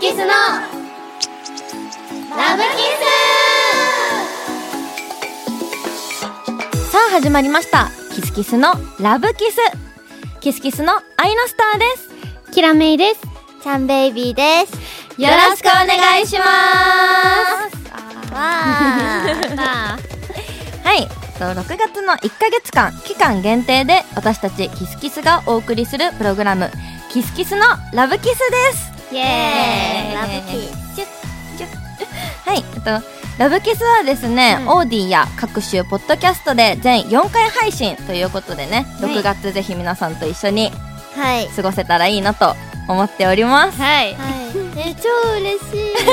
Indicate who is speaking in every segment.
Speaker 1: キスのラブキスさあ始まりましたキスキスのラブキスキスキスの愛のスターですキラメイです
Speaker 2: ちゃんベイビーです。
Speaker 1: よろしくお願いします
Speaker 2: わー。
Speaker 1: はいと6月の1ヶ月間期間限定で私たちキスキスがお送りするプログラムキスキスのラブキスです
Speaker 2: イ
Speaker 1: エーイ
Speaker 2: ラブキー。
Speaker 1: チュッチュッはい、えっと、ラブキスはですね、
Speaker 2: うん
Speaker 1: オーディや各種ポッドキャストで全4回配信ということでね、
Speaker 2: はい
Speaker 1: 6月ぜひ皆さんと一緒に
Speaker 2: はい。
Speaker 1: 過ごせたらいいなと思っております。
Speaker 3: はい。
Speaker 2: はい。え、超嬉しいです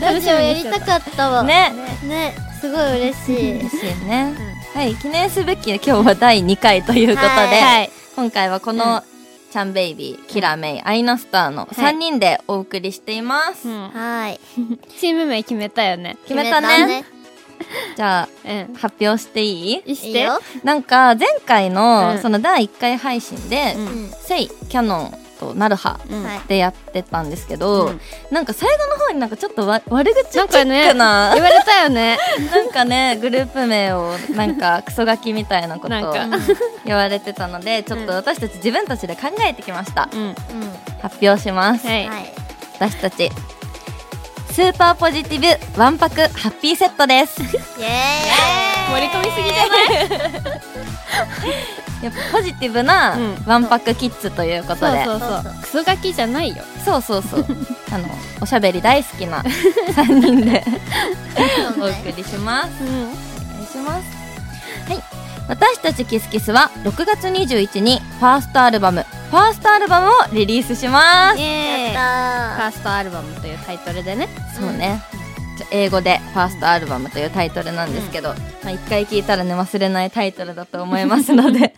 Speaker 2: ね。 ラジオやりたかったわ。。
Speaker 1: ね。
Speaker 2: ね、すごい嬉しい。
Speaker 1: 嬉しいね。はい、記念すべき今日は第2回ということで、
Speaker 2: はい
Speaker 3: はい。
Speaker 1: 今回はこの、ちゃんベイビー、キラメイ、アイナスターの3人でお送りしています。
Speaker 3: うん
Speaker 2: はい。
Speaker 3: チーム名決めたよね。
Speaker 1: 決めたねじゃあ、
Speaker 3: うん。
Speaker 1: 発表していい
Speaker 3: いい
Speaker 2: い
Speaker 3: し
Speaker 2: い
Speaker 3: て。
Speaker 2: よ。
Speaker 1: なんか前回の、
Speaker 3: うん
Speaker 1: その第1回配信で、
Speaker 3: う
Speaker 2: うんん。
Speaker 1: セイキャノンとなるは
Speaker 3: うん
Speaker 2: はい
Speaker 1: でやってたんですけど、
Speaker 3: うん
Speaker 1: なんか最後の方になんかちょっとわ悪口チッ
Speaker 3: なん
Speaker 1: クな
Speaker 3: かね、言
Speaker 1: な,、
Speaker 3: われたよ ね。
Speaker 1: んかねグループ名をなんかクソガキみたいなこと
Speaker 3: なん
Speaker 1: を
Speaker 3: か
Speaker 1: うん言われてたのでちょっと私たち自分たちで考えてきました、
Speaker 3: うん。
Speaker 2: うん。
Speaker 1: 発表します、
Speaker 3: はい。
Speaker 2: はい。
Speaker 1: 私たちスーパーポジティブわんぱくハッピーセットです
Speaker 2: イエ
Speaker 3: 盛り込みすぎじゃない
Speaker 1: やっぱポジティブな
Speaker 3: うん
Speaker 1: わんぱくキッズということで、
Speaker 3: そうそうそう。クソガキじゃないよ。
Speaker 1: そうそうそうあのおしゃべり大好きな3人
Speaker 2: ー
Speaker 1: で
Speaker 2: イ。
Speaker 1: お送りします
Speaker 3: うん。
Speaker 1: お願いしますはい私たちキスキスは6月21日にファーストアルバム「ファーストアルバム」をリリースします
Speaker 3: エーイ。フ
Speaker 2: や
Speaker 3: ァ
Speaker 2: っ
Speaker 3: ーストアルバムというタイトルでね。
Speaker 1: そうね、ちょ英語で「ファーストアルバム」というタイトルなんですけど、まあ、1回聞いたらね忘れないタイトルだと思いますので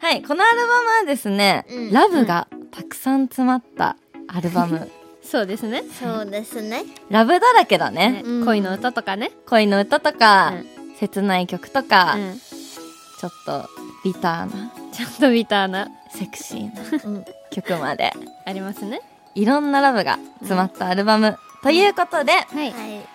Speaker 1: はいこのアルバムはですね、
Speaker 2: うん
Speaker 1: ラブがたくさん詰まったアルバム
Speaker 3: そうですね。
Speaker 2: たー。そうですね。
Speaker 1: ラブだらけだね
Speaker 3: ね
Speaker 2: うん
Speaker 3: 恋の歌とかね。
Speaker 1: 恋の歌とか、
Speaker 3: うん
Speaker 1: 切ない曲とか、
Speaker 3: うん。
Speaker 1: ちょっとビターな
Speaker 3: ちょっとビターな。
Speaker 1: セクシーな
Speaker 2: うん。
Speaker 1: 曲まで
Speaker 3: ありますね。
Speaker 1: いろんなラブが詰まったアルバム、ということで
Speaker 3: はい
Speaker 2: はい。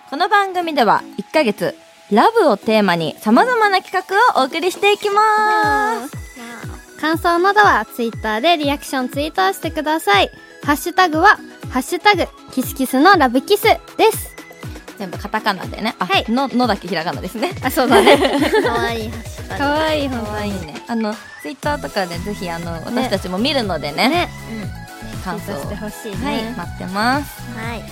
Speaker 1: この番組では1ヶ月ラブをテーマにさまざまな企画をお送りしていきます
Speaker 3: 感想などはツイッターでリアクションツイートしてください。ハッシュタグは、ハッシュタグ、キスキスのラブキスです。
Speaker 1: 全部カタカナでねあ、
Speaker 3: はい
Speaker 1: ののだけひらがなですね
Speaker 3: あ、そうだ ね。
Speaker 2: かわいいハッシュタグ。
Speaker 3: かわいい、ほん
Speaker 1: 可
Speaker 3: ま
Speaker 1: 愛い
Speaker 3: に。
Speaker 1: ねあのツイッターとかでぜひあの私たちも見るのでね
Speaker 3: ね、
Speaker 1: 感想を、
Speaker 3: ツイートしてほしいね。
Speaker 1: はい待ってます
Speaker 2: うん。はい。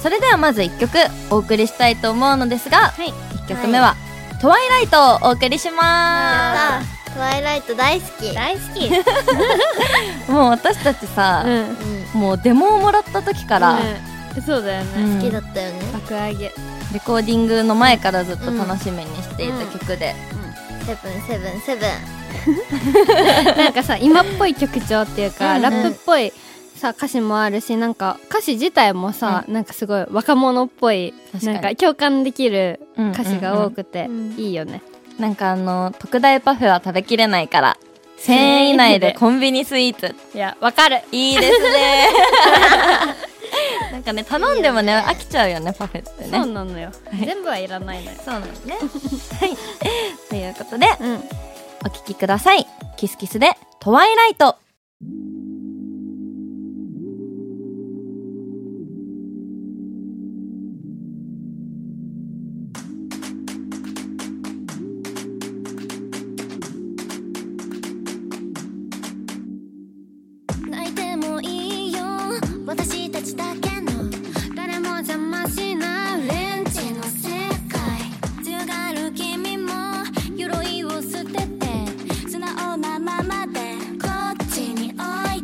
Speaker 1: それではまず1曲お送りしたいと思うのですが、
Speaker 3: はい
Speaker 1: 1曲目は「トワイライト」をお送りし
Speaker 2: や
Speaker 1: ま
Speaker 2: ったー。トワイライト大好き。
Speaker 3: 大好き。
Speaker 1: すもう私たちさ、
Speaker 3: うん。
Speaker 2: うん。
Speaker 1: もうデモをもらった時から、
Speaker 3: うんそうだよ
Speaker 1: う
Speaker 3: ね。
Speaker 1: ん
Speaker 2: 好きだったよね。
Speaker 3: 爆上げ。
Speaker 1: レコーディングの前からずっと楽しみにしていた曲で、
Speaker 2: セブンセブンセブン。
Speaker 3: なんかさ、今っぽい曲調っていう
Speaker 1: うん
Speaker 3: か、
Speaker 1: うん
Speaker 3: ラップっぽいさ、歌詞もあるし、なんか歌詞自体もさ、なんかすごい若者っぽい
Speaker 1: 確、かに
Speaker 3: なんか共感できる歌詞が多くて
Speaker 2: うんうんう、ん
Speaker 3: いいよね。
Speaker 1: なんかあの特大パフェは食べきれないから1000円以内でコンビニスイーツ
Speaker 3: いや、わかる。
Speaker 1: いいですねなんかね頼んでもね飽きちゃうよねパフェってね
Speaker 3: そうなのよ。全部はいらないのよ。
Speaker 1: そうなんですねはいということで
Speaker 3: うん。
Speaker 1: お聴きくださいキスキスで「トワイライト」
Speaker 4: 泣いてもいいよ私たちだけの誰も邪魔しないレンジの世界強がる君も鎧を捨てて素直なままでこっちにおい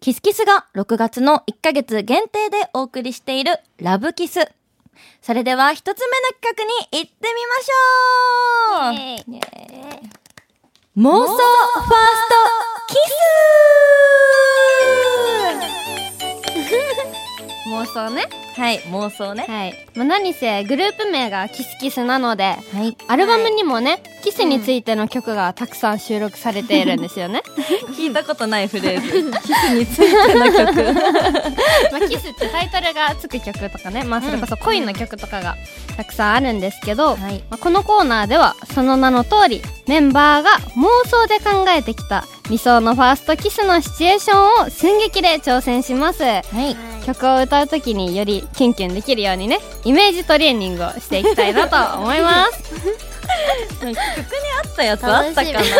Speaker 1: キスキスが6月の1ヶ月限定でお送りしているラブキス。それでは一つ目の企画に行ってみましょう
Speaker 2: イエーイ
Speaker 1: イエーイ妄想ファーストキ
Speaker 3: 妄想ね
Speaker 1: スはい、妄想ね。
Speaker 3: はい、まあ、何せグループ名がキスキスなので
Speaker 1: はい。
Speaker 3: アルバムにもね、キスについての曲がたくさん収録されているんですよね、
Speaker 1: 聞いたことないフレーズ。キスについての曲。
Speaker 3: まあ、キスってタイトルがつく曲とかね、まあ、それこそ恋の曲とかがたくさんあるんですけど、
Speaker 1: はい。
Speaker 3: まあ、このコーナーではその名の通りメンバーが妄想で考えてきた理想のファーストキスのシチュエーションを寸劇で挑戦します
Speaker 1: はい。
Speaker 3: 曲を歌う時によりキュンキュンできるようにねイメージトレーニングをしていきたいなと思います
Speaker 1: 曲に合ったやつあったかな
Speaker 2: 楽し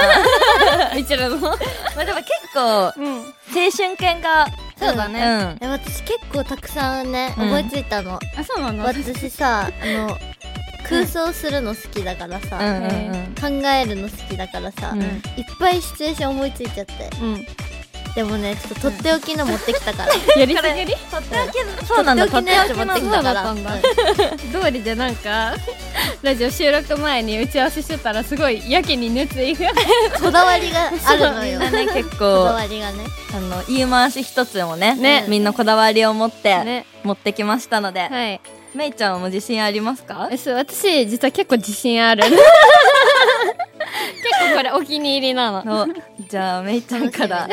Speaker 1: うちらの。まあでも結構、青
Speaker 3: うん
Speaker 1: 春犬が。
Speaker 3: そうだね
Speaker 1: う
Speaker 2: え
Speaker 1: ん。
Speaker 2: 私結構たくさんね
Speaker 1: うん
Speaker 2: 思いついたの、
Speaker 3: あそうなの
Speaker 2: 私さあの空想するの好きだからさ、
Speaker 1: うんうん
Speaker 2: 考えるの好きだからさ、
Speaker 1: うん
Speaker 2: いっぱいシチュエーション思いついちゃって
Speaker 3: うん
Speaker 2: でもねちょっととっておきの持ってきたから、
Speaker 3: やりすぎり
Speaker 1: とっておきのそうなんだ、
Speaker 2: とっておきのやつ持って
Speaker 1: とって
Speaker 2: き
Speaker 1: おき
Speaker 2: たから
Speaker 1: の
Speaker 3: そうだったんだ
Speaker 2: うん
Speaker 3: 通りでなんかラジオ収録前に打ち合わせしてたらすごいやけに熱意が
Speaker 2: こだわりがあるの
Speaker 1: みん
Speaker 2: よ
Speaker 1: なね、 結
Speaker 2: こだ
Speaker 1: 構、
Speaker 2: わりがね
Speaker 1: あの、言い回し一つでもね、
Speaker 3: ね
Speaker 1: みんなこだわりを持って
Speaker 3: ね、
Speaker 1: 持ってきましたので、
Speaker 3: はい
Speaker 1: めいちゃんも自信ありますか
Speaker 3: えそう私実は結構自 信ある結構これお気に入りなの
Speaker 1: そうじゃあ、めいちゃんから、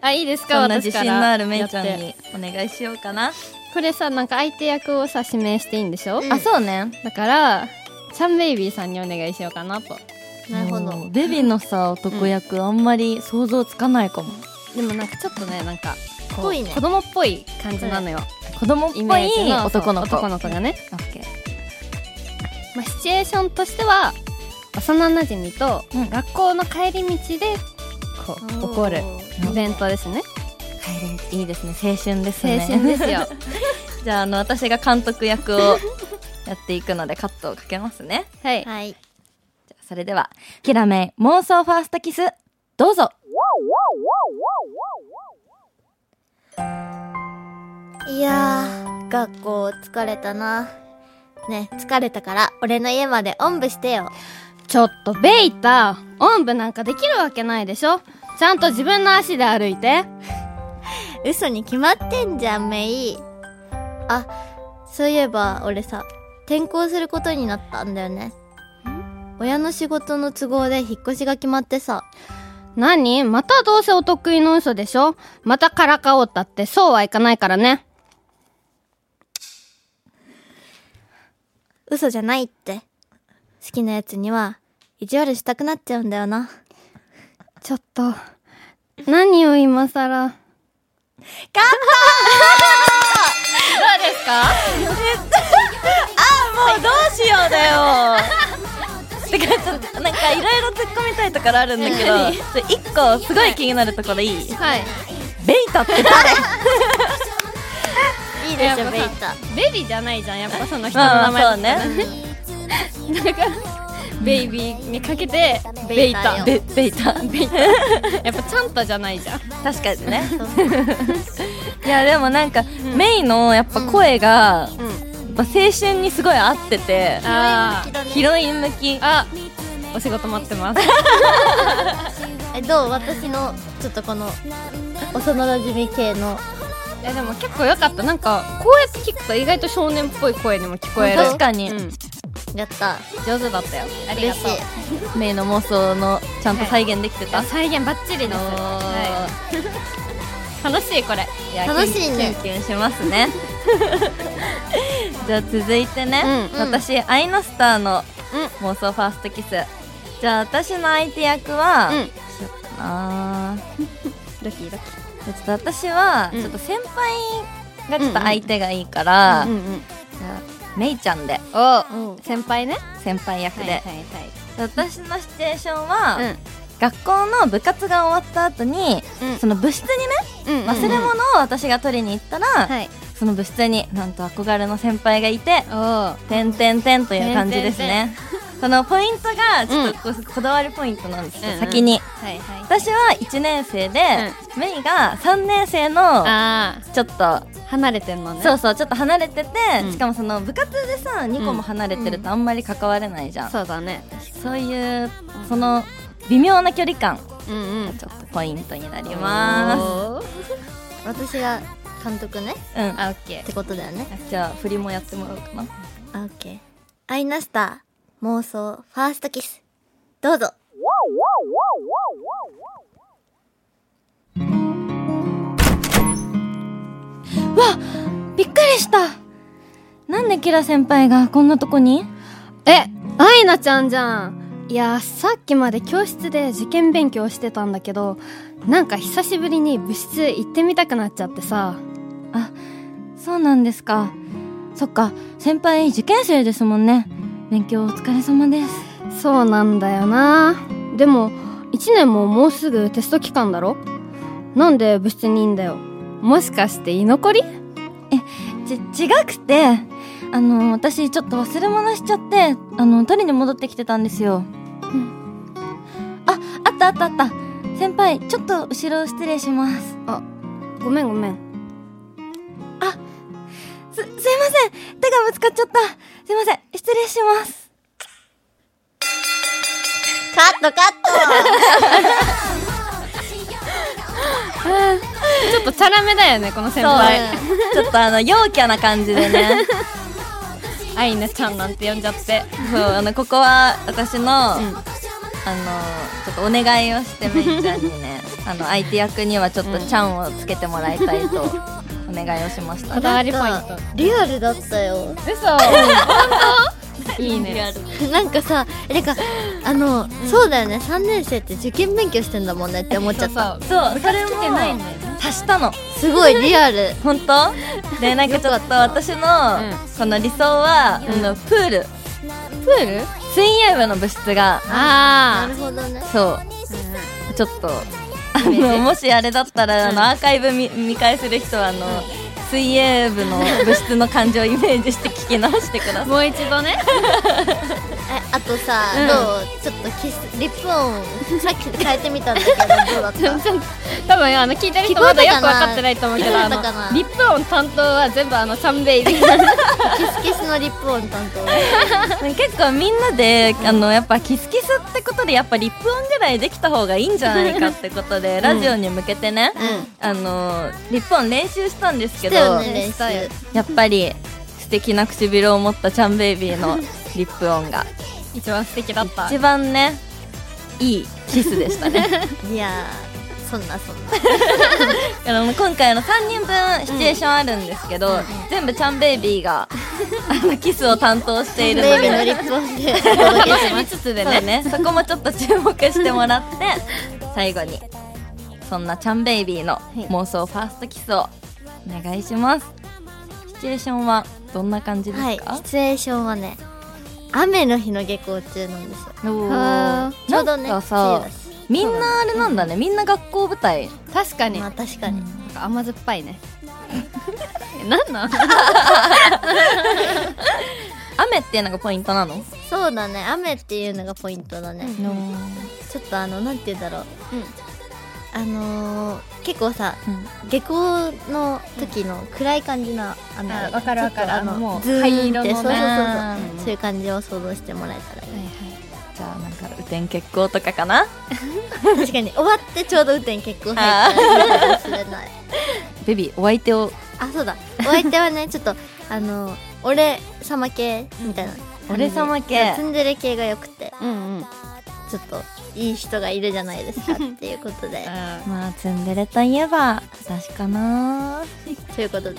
Speaker 3: あいいですか
Speaker 1: そんな
Speaker 3: 私
Speaker 1: 自
Speaker 3: か
Speaker 1: 信
Speaker 3: ら
Speaker 1: のあるめいちゃん
Speaker 3: やって
Speaker 1: にお願いしようかな。
Speaker 3: これさなんか相手役をさ指名していいんでしょ、
Speaker 2: うん
Speaker 1: あ、そうね。
Speaker 3: だからちゃんベイビーさんにお願いしようかなと
Speaker 2: なるほ
Speaker 1: もう
Speaker 2: ど
Speaker 1: ベビのさ男役、あんまり想像つかないかも
Speaker 3: でもなんかちょっとねなんかこう
Speaker 2: ぽいね
Speaker 3: 子供っぽい感じなのよ、
Speaker 1: 子供っぽ
Speaker 3: イメージ
Speaker 1: い
Speaker 3: の
Speaker 1: 男の子
Speaker 3: そう男の子がね、
Speaker 1: オッケー
Speaker 3: まあ、シチュエーションとしては幼なじみと
Speaker 1: うん
Speaker 3: 学校の帰り道でこう起こるイベントですね
Speaker 1: 帰りいいですね青春です
Speaker 3: 青
Speaker 1: ね
Speaker 3: 春です よ
Speaker 1: じゃああの私が監督役をやっていくのでカットをかけますね
Speaker 3: はい
Speaker 2: はい
Speaker 1: じゃあそれではキラメイ妄想ファーストキスどうぞ
Speaker 2: いやー学校疲れたなね疲れたから俺の家までおんぶしてよ
Speaker 3: ちょっとベイタおんぶなんかできるわけないでしょちゃんと自分の足で歩いて
Speaker 2: 嘘に決まってんじゃんメイあそういえば俺さ転校することになったんだよね親の仕事の都合で引っ越しが決まってさ
Speaker 3: 何またどうせお得意の嘘でしょまたからかおうったってそうはいかないからね
Speaker 2: 嘘じゃないって好きなやつには意地悪したくなっちゃうんだよな
Speaker 3: ちょっと何を今さらどうですか
Speaker 1: もうどうしようだよてかちょっとなんかいろいろ突っ込みたいところあるんだけどちょ一個すごい気になるところいい
Speaker 3: はい
Speaker 1: ベイタって誰
Speaker 2: いいでし
Speaker 3: やっ
Speaker 2: ょ
Speaker 3: ぱ
Speaker 2: ベイタ
Speaker 3: ベビーじゃないじゃんやっぱその人の
Speaker 1: ま
Speaker 3: 名
Speaker 1: あ
Speaker 3: 前
Speaker 1: まあそうね
Speaker 3: ベイビーにかけてベイタ
Speaker 1: ベベイタ
Speaker 3: ベイタやっぱちゃんとじゃないじゃん
Speaker 1: 確かにね いやでもなんか、メイのやっぱ声が、まあ青春にすごい合ってて、
Speaker 3: あー
Speaker 1: ヒロイン向き
Speaker 3: あお仕事待ってます
Speaker 2: えどう私のちょっとこの幼なじみ系の
Speaker 3: いやでも結構良かったなんかこうやって聞くと意外と少年っぽい声にも聞こえる
Speaker 1: 確かに、
Speaker 3: うん、
Speaker 2: やった
Speaker 3: 上手だったよありが
Speaker 2: 嬉
Speaker 3: と
Speaker 2: し
Speaker 3: う
Speaker 2: い
Speaker 1: メイの妄想のちゃんと再現できてた、
Speaker 3: あ再現バッチリです、
Speaker 1: おー
Speaker 3: は、い、楽しいこれ
Speaker 1: いや
Speaker 2: 楽しいね
Speaker 1: キュンキュンキュンしますね じゃあ続いてね、
Speaker 3: うん
Speaker 1: 私アイナスターの
Speaker 3: うん
Speaker 1: 妄想ファーストキスじゃあ私の相手役は、
Speaker 3: うん
Speaker 1: しよっかな
Speaker 3: ドキドキ
Speaker 1: ちょっと私は、
Speaker 3: うん
Speaker 1: ちょっと先輩がちょっと相手がいいから、
Speaker 3: うんうん
Speaker 1: じゃあめいちゃんで
Speaker 3: お、先輩ね
Speaker 1: 先輩役で、
Speaker 3: い
Speaker 1: 私のシチュエーションは、
Speaker 3: はい
Speaker 1: 学校の部活が終わった後に、
Speaker 3: うん
Speaker 1: その部室にね
Speaker 3: うんうん
Speaker 1: 忘れ物を私が取りに行ったら、
Speaker 3: はい
Speaker 1: その部室になんと憧れの先輩がいて
Speaker 3: おー
Speaker 1: 「てんてんてん」という感じですね このポイントがちょっとこ,、こだわりポイントなんですよ、
Speaker 2: うんうん
Speaker 1: 先に
Speaker 2: はいはい
Speaker 1: 私は1年生で、メイが3年生の
Speaker 2: あ
Speaker 1: ちょっと
Speaker 3: ー離れてんのね
Speaker 1: そうそうちょっと離れてて、
Speaker 2: うん
Speaker 1: しかもその部活でさ2個も離れてるとあんまり関われないじゃん、
Speaker 3: そうだね
Speaker 1: そういうその微妙な距離感
Speaker 3: うんうん
Speaker 1: ちょっとポイントになりま
Speaker 2: 私が監督ね
Speaker 1: すうん
Speaker 3: あオッケ
Speaker 2: ってことだよね
Speaker 1: じゃあ振りもやってもらおうかな
Speaker 2: あオッケーアイナスター妄想ファーストキスどうぞ
Speaker 1: びっくりしたなんでキラ先輩がこんなとこに
Speaker 3: ーえアイナちゃんじゃんいやさっきまで教室で受験勉強してたんだけどなんか久しぶりに部室行ってみたくなっちゃってさ
Speaker 1: そうなんですかそっか先輩受験生ですもんね勉強お疲れ様です
Speaker 3: そうなんだよなでも1年ももうすぐテスト期間だろなんで部室にいんだよもしかして居残り
Speaker 1: ち違くてあの私ちょっと忘れ物しちゃってあの取りに戻ってきてたんですよ、ああったあったあった先輩ちょっと後ろ失礼します
Speaker 3: ごめんごめん
Speaker 1: すすいません手がぶつかっちゃったすいません失礼します
Speaker 2: カットカッ
Speaker 3: ちょっとチャラめだよねこの先
Speaker 1: そう
Speaker 3: 輩
Speaker 1: ちょっとあの陽キャな感じでね
Speaker 3: アイナちゃんなんて呼んじゃって
Speaker 1: そうあのここは私の、あの
Speaker 3: ん
Speaker 1: ちょっとお願いをしてめいちゃんに ねあの相手役にはちょっとちゃんをつけてもらいたいとお願いをしました
Speaker 3: こだわりポイン
Speaker 2: トリアルだったよ
Speaker 3: 嘘いいね
Speaker 2: なんかさなんかあの、そうだよね3年生って受験勉強してんだもんねって思っちゃった
Speaker 1: そうそれも足したの
Speaker 2: すごいリアル
Speaker 1: 本当でなんかちょっと私の
Speaker 3: うん
Speaker 1: この理想は、あのプール
Speaker 3: プール
Speaker 1: 水泳部の部室が
Speaker 2: な
Speaker 3: あ
Speaker 2: るほどね
Speaker 1: そう、ちょっとあのもしあれだったらあのアーカイブ見見返せる人はあの、水泳部の部室の感じをイメージして聞き直してくださ
Speaker 3: あ
Speaker 1: い
Speaker 3: もう一度 ね
Speaker 2: えあとさ、どうちょっとキスリップ音さっき変えてみたんだけどどうだっ
Speaker 3: ちょ
Speaker 2: た
Speaker 3: っと多分あの聞いてる人まだよく分かってないと思うけど
Speaker 2: 聞
Speaker 3: あ
Speaker 2: こえ
Speaker 3: の
Speaker 2: たかな
Speaker 3: リップ音担当は全部あのチャンベイで
Speaker 2: キスキスのリップ音担当
Speaker 1: 結構みんなであのやっぱキスキスってことでやっぱリップ音ぐらいできた方がいいんじゃないかってことで、ラジオに向けてね、あのリップ音練習したんですけ
Speaker 2: だ
Speaker 1: ど、
Speaker 2: よね練習
Speaker 3: したよ
Speaker 1: やっぱり素敵な唇を持ったちゃんベイビー のリップ音が
Speaker 3: 一番素敵だった
Speaker 1: 一番ねいいキスでしたね
Speaker 2: いやーそんなそんな
Speaker 1: あの今回の3人分シチュエーションあるんですけど、全部ちゃんベイビー があのキスを担当しているの
Speaker 2: ベイビ
Speaker 1: で
Speaker 2: ーのリップ音でお届けしま
Speaker 1: 見つつでねそこもちょっと注目してもらって最後にそんなちゃんベイビーの妄想ファーストキスをお願いしますシチュエーションはどんな感じです
Speaker 2: す
Speaker 1: か、
Speaker 2: はいシチュエーションはね雨の日の下校中なんですよ
Speaker 1: おー
Speaker 3: はあ
Speaker 2: ちょうどね
Speaker 1: なんかさ
Speaker 2: 梅雨だし
Speaker 1: みんなあれなんだねみんな学校舞台
Speaker 3: 確かに
Speaker 2: ま
Speaker 3: な
Speaker 2: あ
Speaker 3: ん
Speaker 2: 確かに、
Speaker 3: か甘酸っぱいねえなんなん
Speaker 1: 雨っていうのがポイントなの
Speaker 2: そうだね雨っていうのがポイントだね、
Speaker 1: の
Speaker 2: ちょっとあのなんて言うんだろう、あのー、結構さ
Speaker 1: うん
Speaker 2: 下校の時の暗い感じのあの
Speaker 3: あわかるわ
Speaker 2: ちょ
Speaker 3: かる
Speaker 2: っと
Speaker 3: あのもう
Speaker 2: ズーンって
Speaker 3: 灰色のね
Speaker 2: そうそうそううんそうそういう感じを想像してもらえたらいい、
Speaker 1: じゃあなんか雨天決行とかかな
Speaker 2: 確かに終わってちょうど雨天結構入ったらいいかもしれない
Speaker 1: ベビーお相手を
Speaker 2: あそうだお相手はねちょっとあ の俺様系みたいな
Speaker 1: 俺様系
Speaker 2: ツンデレ系がよくて
Speaker 3: うんうん
Speaker 2: ちょっといい人がいるじゃないですかっていうことで
Speaker 1: まあツンデレといえば私かな
Speaker 2: ということで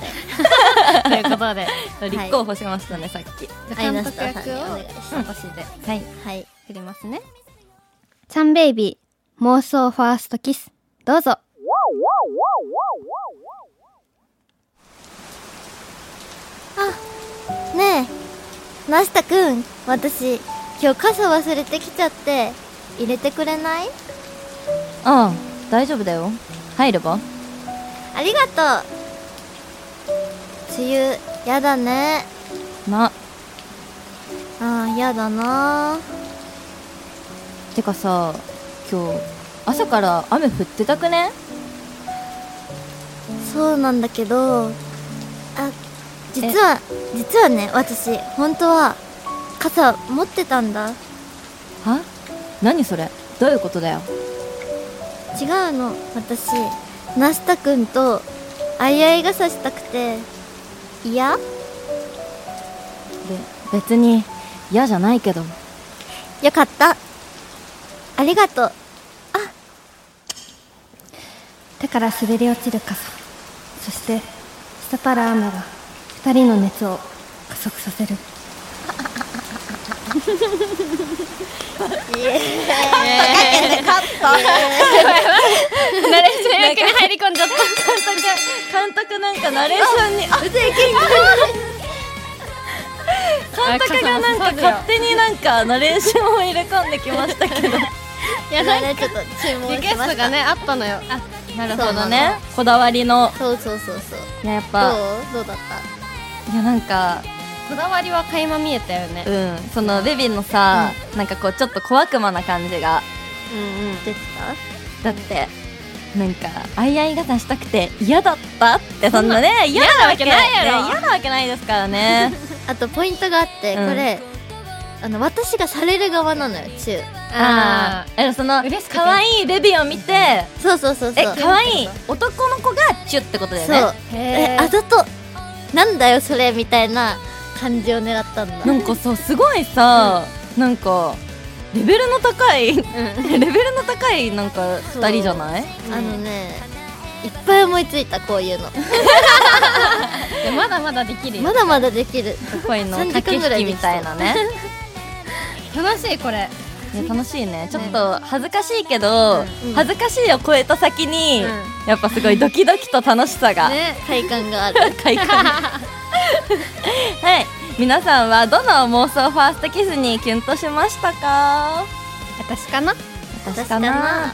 Speaker 3: ということ で
Speaker 1: と立候補しましたね、さっき
Speaker 3: じゃあ
Speaker 2: アイナ
Speaker 3: 監
Speaker 2: ス
Speaker 3: 督
Speaker 2: ターさん
Speaker 3: 役
Speaker 2: にお願いし
Speaker 3: を私で
Speaker 1: はい
Speaker 2: はい
Speaker 3: 振りますねちゃんベイビー妄想ファーストキスどうぞ
Speaker 2: ねえなしたくん私今日傘忘れてきちゃって入れてくれない
Speaker 1: ああ大丈夫だよ入れば
Speaker 2: ありがとう梅雨やだね
Speaker 1: な
Speaker 2: あーやだな
Speaker 1: てかさ今日朝から雨降ってたくね
Speaker 2: そうなんだけどあ実は実はね私本当は傘持ってたんだ
Speaker 1: は何それどういうことだよ
Speaker 2: 違うの私ナスタくんとあいあい傘したくていや
Speaker 1: べ別に嫌じゃないけど
Speaker 2: よかったありがとう
Speaker 3: だから滑り落ちる傘そして滴る雨が二人の熱を加速させる
Speaker 1: ナレーション役に入り込んじゃった監督監督なんかナレーションにあ腕監督がなんか勝手になんかナレーションを入れ込んできましたけ ど
Speaker 2: いやなんちょっと注文
Speaker 3: リクエ
Speaker 2: しま
Speaker 3: スト
Speaker 2: し
Speaker 3: が
Speaker 2: た
Speaker 3: ねあったのよあ
Speaker 1: なる
Speaker 2: ほどね
Speaker 1: こだわりの
Speaker 2: そうそうそうそう
Speaker 1: いややっ
Speaker 2: ど
Speaker 1: ぱ
Speaker 2: うどうだった
Speaker 1: いやなんか
Speaker 3: こだわりは垣間見えたよね
Speaker 1: うんそのベビンのさ、なんかこうちょっと小悪魔な感じが
Speaker 3: うんうん
Speaker 2: 出てた
Speaker 1: だってなんかあいあい傘したくて嫌だったってそんなね嫌なわけ
Speaker 3: 嫌なわけないやろ
Speaker 1: ね嫌なわけないですからね
Speaker 2: あとポイントがあって、
Speaker 1: うん
Speaker 2: これあの私がされる側なのよチュー
Speaker 1: あ
Speaker 3: あ
Speaker 1: あその
Speaker 3: 嬉しくて
Speaker 1: 可愛いベビンを見て
Speaker 2: そうそうそうそう
Speaker 1: え可愛い男の子がチュってことだよね
Speaker 2: そう
Speaker 3: へ
Speaker 2: え
Speaker 3: え
Speaker 2: あざとなんだよそれみたいな感じを狙ったんだ
Speaker 1: なんかさすごいさ、なんかレベルの高い レベルの高いなんか二人じゃない
Speaker 2: あのねいっぱい思いついたこういうの
Speaker 3: いやまだまだできるよ
Speaker 2: まだまだできる
Speaker 1: 恋の
Speaker 2: 3時
Speaker 1: 駆け
Speaker 2: 間ぐら
Speaker 1: 引
Speaker 2: いで
Speaker 1: きみ
Speaker 2: きそう
Speaker 1: たいなね
Speaker 3: 楽しいこれ
Speaker 1: いや楽しいねちょっと恥ずかしいけど、
Speaker 2: うん
Speaker 1: 恥ずかしいを超えた先に、
Speaker 2: う
Speaker 1: やっぱすごいドキドキと楽しさが、
Speaker 2: ね快感がある
Speaker 1: 快感はい皆さんはどの妄想ファーストキスにキュンとしましたか
Speaker 3: 私かな
Speaker 2: 私かな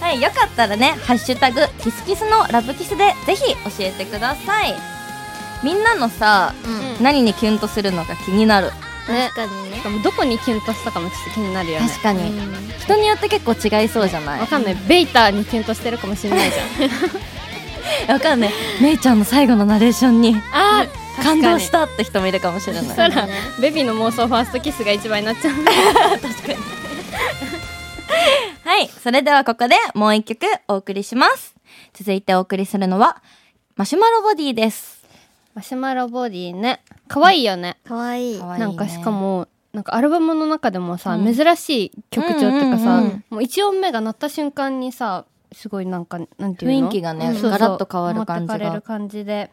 Speaker 1: はい、よかったらね、ハッシュタグキスキスのラブキスでぜひ教えてください。みんなのさ、
Speaker 2: うん
Speaker 1: 何にキュンとするのか気になる。
Speaker 2: 確かにね
Speaker 3: しかもどこにキュンとしたかもちょっと気になるよね
Speaker 1: 確かに、
Speaker 2: うん
Speaker 1: 人によって結構違いそうじゃない。
Speaker 3: わかんないベイターにキュンとしてるかもしれないじゃん
Speaker 1: わかんない。めいちゃんの最後のナレーションに
Speaker 3: あー
Speaker 1: 感動したって人もいるかもしれ
Speaker 3: そし
Speaker 1: な
Speaker 3: た
Speaker 1: い。
Speaker 3: らベビーの妄想ファーストキスが一番になっちゃう
Speaker 1: はい、それではここでもう一曲お送りします。続いてお送りするのはマシュマロボディです。
Speaker 3: マシュマロボディね可愛いよね
Speaker 2: かわいい
Speaker 1: 可愛いね
Speaker 3: なんかしかもなんかアルバムの中でもさ、
Speaker 1: うん
Speaker 3: 珍しい曲調っていうかさ、
Speaker 1: うんうんうん
Speaker 3: もう1音目が鳴った瞬間にさすごいなんかなんていうの
Speaker 1: 雰囲気がね
Speaker 3: そうそう
Speaker 1: ガラッと変わる感じが
Speaker 3: 持ってかれる感じで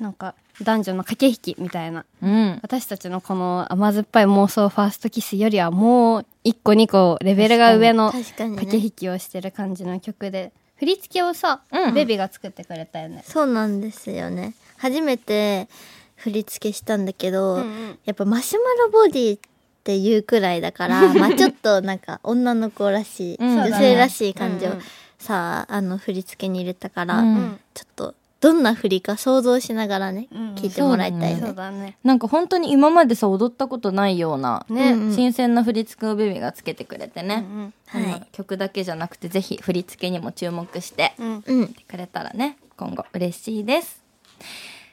Speaker 3: なんか男女の駆け引きみたいな
Speaker 1: うん。
Speaker 3: 私たちのこの甘酸っぱい妄想ファーストキスよりはもう1個2個レベルが上の
Speaker 2: 確かに
Speaker 3: 駆け
Speaker 2: ね
Speaker 3: 引きをしてる感じの曲で振り付けをさ、
Speaker 1: うん
Speaker 3: ベビが作ってくれたよね、
Speaker 2: そうなんですよね初めて振り付けしたんだけど、
Speaker 3: うんうん
Speaker 2: やっぱマシュマロボディっていうくらいだから まあちょっとなんか女の子らしい、
Speaker 1: うん
Speaker 2: 女性らしい感じを
Speaker 3: うんうん
Speaker 2: さあの振り付けに入れたから、
Speaker 1: うん
Speaker 2: ちょっとどんな振りか想像しながらね、
Speaker 3: うん
Speaker 2: 聞いてもらいたいね
Speaker 3: そうだね
Speaker 1: なんか本当に今までさ踊ったことないような
Speaker 3: ね、
Speaker 2: うん
Speaker 1: 新鮮な振り付けをベビがつけてくれて
Speaker 3: うん
Speaker 1: ね、
Speaker 2: はい
Speaker 1: あの曲だけじゃなくてぜひ振り付けにも注目して
Speaker 3: うんうん
Speaker 2: うん
Speaker 1: くれたらね今後嬉しいです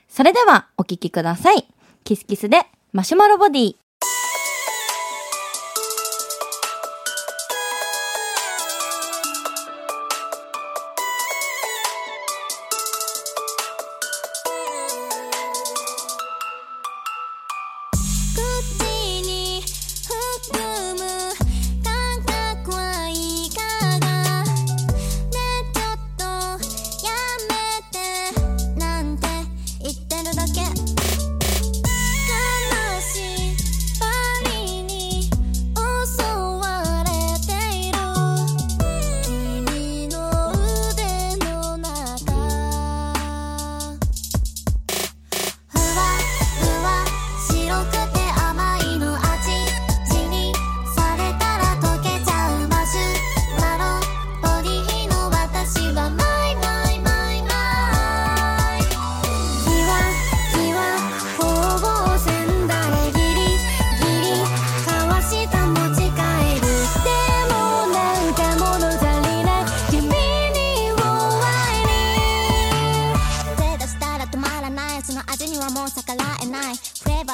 Speaker 1: それではお聴きくださいキスキスでマシュマロボディ
Speaker 4: 口に含む感覚はいかがねえちょっとやめてなんて言ってるだけ悲し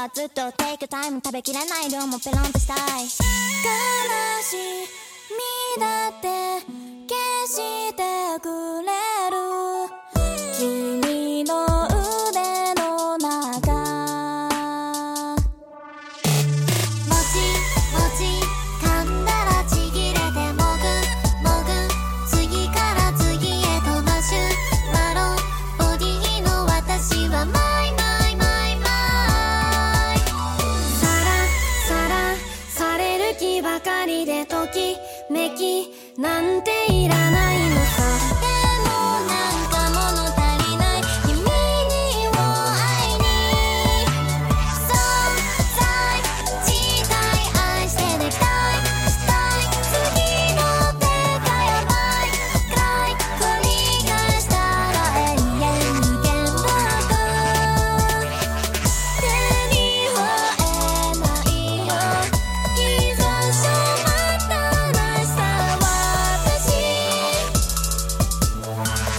Speaker 4: 食べきれない量もペロンとしたい悲しみだって決してくれる君の腕の中もちもち噛んだらちぎれてもぐもぐ次から次へとマシュマロおにぎの私はマイマイマイマイさらさらされる気ばかりでときめきなんていらないのさでもなんか物足りない君にも愛に「そうさい」「たい愛して願いしたい」「次の手がやばい」「暗い繰り返したら永遠無限ループ」「手に負えないよ」「いざしょまたらした私」「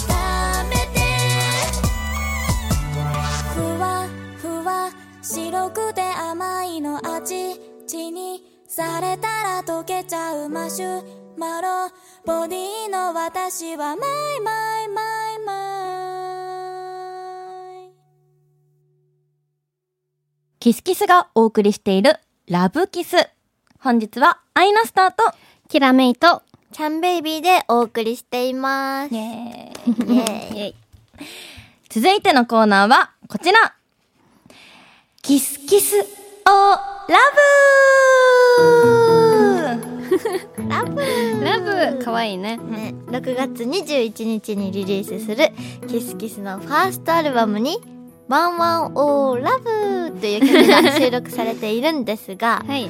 Speaker 4: ためて」ふわふわ白くて甘いのあちちにされたら溶けちゃうマシュマロボディの私はマイマイマイマイ
Speaker 1: キスキスがお送りしているラブキス。本日はアイナスターと、
Speaker 3: キラメイと、
Speaker 2: キャンベイビーでお送りしています。
Speaker 1: ね
Speaker 2: イエーイ
Speaker 1: 続いてのコーナーはこちらキスキスオーラブ
Speaker 3: ラブ、かわいいね。
Speaker 2: ね、6月21日にリリースするキスキスのファーストアルバムに「ワンワンオーラブという曲が収録されているんですが、
Speaker 3: はい。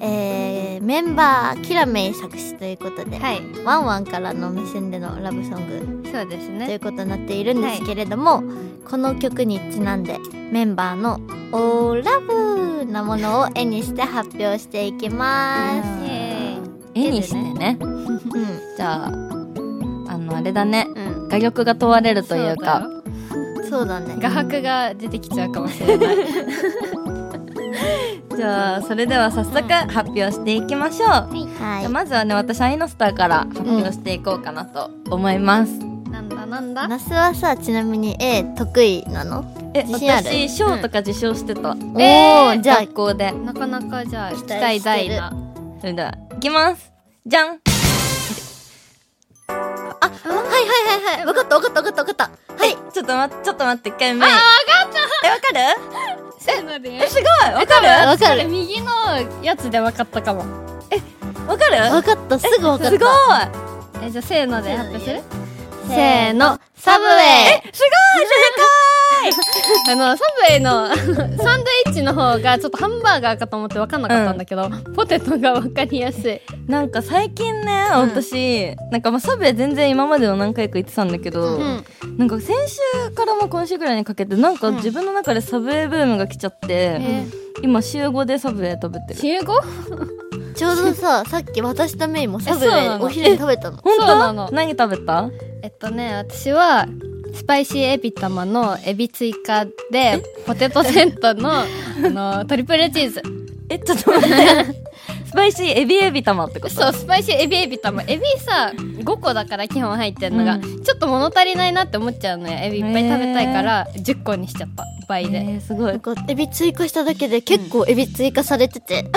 Speaker 2: えーメンバーキラメイ作詞ということで、
Speaker 3: はい。
Speaker 2: ワンワンからの目線でのラブソング
Speaker 3: そうです
Speaker 2: とい
Speaker 3: ね。
Speaker 2: うことになっているんですけれども、この曲にちなんでメンバーの「オーラブなものを絵にして発表していきます。
Speaker 3: イエーイ。
Speaker 1: 絵にしてね
Speaker 2: うん
Speaker 1: じゃああのあれだね
Speaker 3: うん。
Speaker 1: 画力が問われるというか
Speaker 3: そだよ。
Speaker 2: そうだね
Speaker 3: 画伯が出てきちゃうかもしれない。
Speaker 1: じゃあそれでは早速発表していきましょう、
Speaker 2: は
Speaker 1: じ
Speaker 2: い
Speaker 1: ゃあまずはね私アイナスターから発表していこうかなと思います、
Speaker 3: なんだなんだ。
Speaker 2: ナスはさちなみに A 得意なの
Speaker 1: え
Speaker 2: 自信ある
Speaker 1: 私賞とか受賞してた、
Speaker 2: おー、
Speaker 3: えー
Speaker 2: じゃあ
Speaker 1: 学校で
Speaker 3: なかなかじゃあ期
Speaker 2: 期
Speaker 3: 待
Speaker 2: 待して
Speaker 3: 大
Speaker 2: る
Speaker 3: な。
Speaker 1: それではいきますじゃん
Speaker 2: はいはいはいはい分かった分かった分かった分かったはい
Speaker 1: ちょっと待って、ちょっと待って、一回目。あ、わかったえ、わかる
Speaker 3: せーので
Speaker 1: え、すごいわかる
Speaker 2: 分か
Speaker 3: これ
Speaker 2: る
Speaker 3: 右のやつで分かったかも。
Speaker 1: わかる
Speaker 2: 分かったすぐ分かった
Speaker 1: すごい
Speaker 3: えじゃあせーので発表する
Speaker 2: せ
Speaker 3: せー
Speaker 2: ー
Speaker 3: の
Speaker 2: サブウェイ
Speaker 1: すごい正
Speaker 3: あのサブウェイの サンドイッチの方がちょっとハンバーガーかと思って分かんなかったんだけど、ポテトが分かりやすい
Speaker 1: 解なんか最近ね、私、なんかまあサブへ全然今までの何回か行ってたんだけど、
Speaker 3: ん
Speaker 1: なんか先週からも今週ぐらいにかけて、なんか自分の中でサブウェイブームが来ちゃって、今週5でサブウェイ食べてる。
Speaker 3: 集合
Speaker 2: ちょうどささっき私とメイもサブウ
Speaker 3: えそうな
Speaker 2: ェイ
Speaker 3: の
Speaker 2: お昼に食べたの
Speaker 1: 本当
Speaker 3: そうなの
Speaker 1: 何食べた
Speaker 3: えっとね私はスパイシーエビ玉のエビ追加でポテトセットのあのトリプルチーズ
Speaker 1: え、ちょっと待って。スパイシーエビエビ玉ってこと
Speaker 3: そうスパイシーエビエビ玉エビさ5個だから基本入ってるのが、
Speaker 1: うん
Speaker 3: ちょっと物足りないなって思っちゃうのよエビいっぱい食べたいから10個にしちゃった倍で、
Speaker 1: えー、すご
Speaker 2: ないん。かエビ追加しただけで結構エビ追加されてて、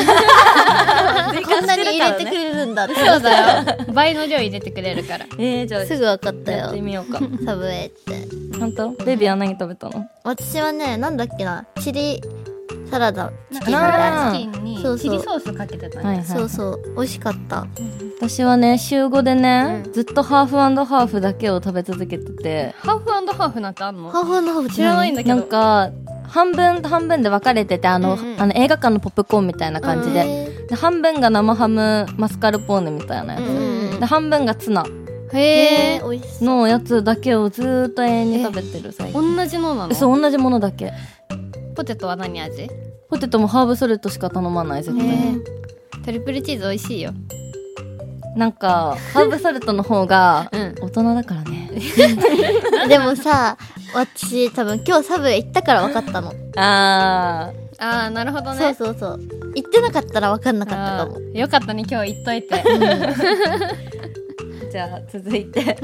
Speaker 2: こんなに入れてくれるんだって
Speaker 3: そうだよ倍の量入れてくれるから
Speaker 1: えー、じゃあ、
Speaker 2: すぐ分かった
Speaker 1: やって
Speaker 2: よ
Speaker 1: みようか。
Speaker 2: サブウェイって
Speaker 1: 本当ベビーは何食べたの
Speaker 2: 私はねなんだっけなチリサラダチキンみたい
Speaker 1: あ
Speaker 2: な
Speaker 1: ー
Speaker 3: チキン
Speaker 2: そ
Speaker 3: に
Speaker 2: うそう
Speaker 3: チリソースかけてたね、
Speaker 2: そうそう美味しかった
Speaker 1: 私はね週5でね、
Speaker 2: う
Speaker 1: ずっとハーフハーフだけを食べ続けてて
Speaker 3: ハーフハーフなんてあんの
Speaker 2: ハーフのハーフ
Speaker 3: 知らないんだけど
Speaker 1: なんか半分と半分で分かれててあの,、
Speaker 3: うんうん
Speaker 1: あの映画館のポップコーンみたいな感じで,、
Speaker 2: へー
Speaker 1: で半分が生ハムマスカルポーネみたいなやつ、
Speaker 2: うんうん
Speaker 1: で半分がツナ
Speaker 3: へ
Speaker 2: へ
Speaker 3: え
Speaker 2: ー美味しそう
Speaker 1: のやつだけをずーっと永遠に食べてる最近
Speaker 3: 同じのなの
Speaker 1: そう同じものだけ
Speaker 3: ポテトは何味
Speaker 1: ポテトもハーブソルトしか頼まない絶対、
Speaker 3: トリプルチーズ美味しいよ
Speaker 1: なんかハーブソルトの方が
Speaker 3: うん
Speaker 1: 大人だからね、
Speaker 2: でもさ、私多分今日サブ行ったから分かったの。
Speaker 1: あー
Speaker 3: ああなるほどね
Speaker 2: そうそうそう言ってなかったら分かんなかったかも
Speaker 3: あーよかったね今日言っといて
Speaker 1: じゃあ続い て